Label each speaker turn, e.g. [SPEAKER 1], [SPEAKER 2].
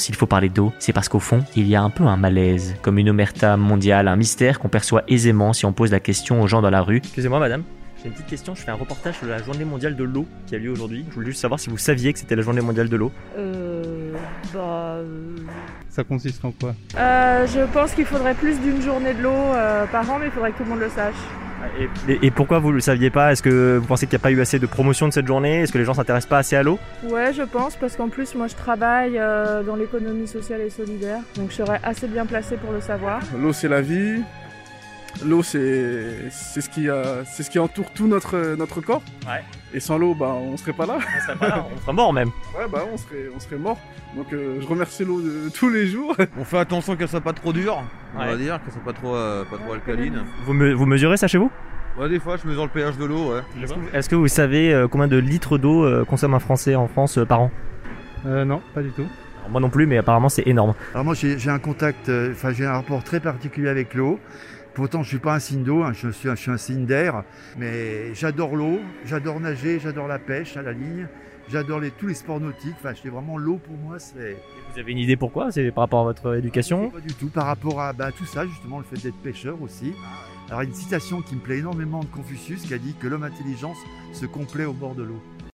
[SPEAKER 1] S'il faut parler d'eau, c'est parce qu'au fond, il y a un peu un malaise, comme une omerta mondiale, un mystère qu'on perçoit aisément si on pose la question aux gens dans la rue. Excusez-moi, madame. J'ai une petite question, je fais un reportage sur la journée mondiale de l'eau qui a lieu aujourd'hui. Je voulais juste savoir si vous saviez que c'était la journée mondiale de l'eau.
[SPEAKER 2] Euh, bah, euh,
[SPEAKER 3] Ça consiste en quoi
[SPEAKER 2] euh, je pense qu'il faudrait plus d'une journée de l'eau euh, par an, mais il faudrait que tout le monde le sache.
[SPEAKER 1] Et, Ah, et- et pourquoi vous ne le saviez pas Est-ce que vous pensez qu'il n'y a pas eu assez de promotion de cette journée Est-ce que les gens s'intéressent pas assez à l'eau
[SPEAKER 2] Ouais, je pense, parce qu'en plus, moi, je travaille euh, dans l'économie sociale et solidaire, donc je serais assez bien placée pour le savoir.
[SPEAKER 4] L'eau, c'est la vie. L'eau, c'est c'est ce, qui, euh, c'est ce qui entoure tout notre, notre corps.
[SPEAKER 1] Ouais.
[SPEAKER 4] Et sans l'eau, bah, on serait pas là.
[SPEAKER 1] On serait pas là, on serait mort même.
[SPEAKER 4] Ouais, bah, on serait, on serait mort. Donc, euh, je remercie l'eau de- tous les jours.
[SPEAKER 5] On fait attention qu'elle soit pas trop dure, on
[SPEAKER 1] Ouais.
[SPEAKER 5] va dire, qu'elle soit pas trop, euh, pas trop alcaline.
[SPEAKER 1] Vous, me- vous mesurez ça chez vous
[SPEAKER 5] Ouais, des fois, je mesure le pH de l'eau, ouais.
[SPEAKER 1] Est-ce que, est-ce que vous savez euh, combien de litres d'eau euh, consomme un Français en France euh, par an
[SPEAKER 3] Euh, non, pas du tout.
[SPEAKER 1] Alors, Moi non plus, mais apparemment c'est énorme.
[SPEAKER 6] Alors moi j'ai j'ai un contact, euh, enfin j'ai un rapport très particulier avec l'eau. Pourtant je suis pas un signe d'eau, hein, je, suis, un- je suis un signe d'air, mais j'adore l'eau, j'adore nager, j'adore la pêche à la ligne, j'adore les, tous les sports nautiques. Enfin j'ai vraiment l'eau pour moi c'est
[SPEAKER 1] Vous avez une idée pourquoi C'est par rapport à votre éducation
[SPEAKER 6] pas du tout par rapport à bah, tout ça justement le fait d'être pêcheur aussi. Alors une citation qui me plaît énormément de Confucius qui a dit que l'homme intelligence se complaît au bord de l'eau.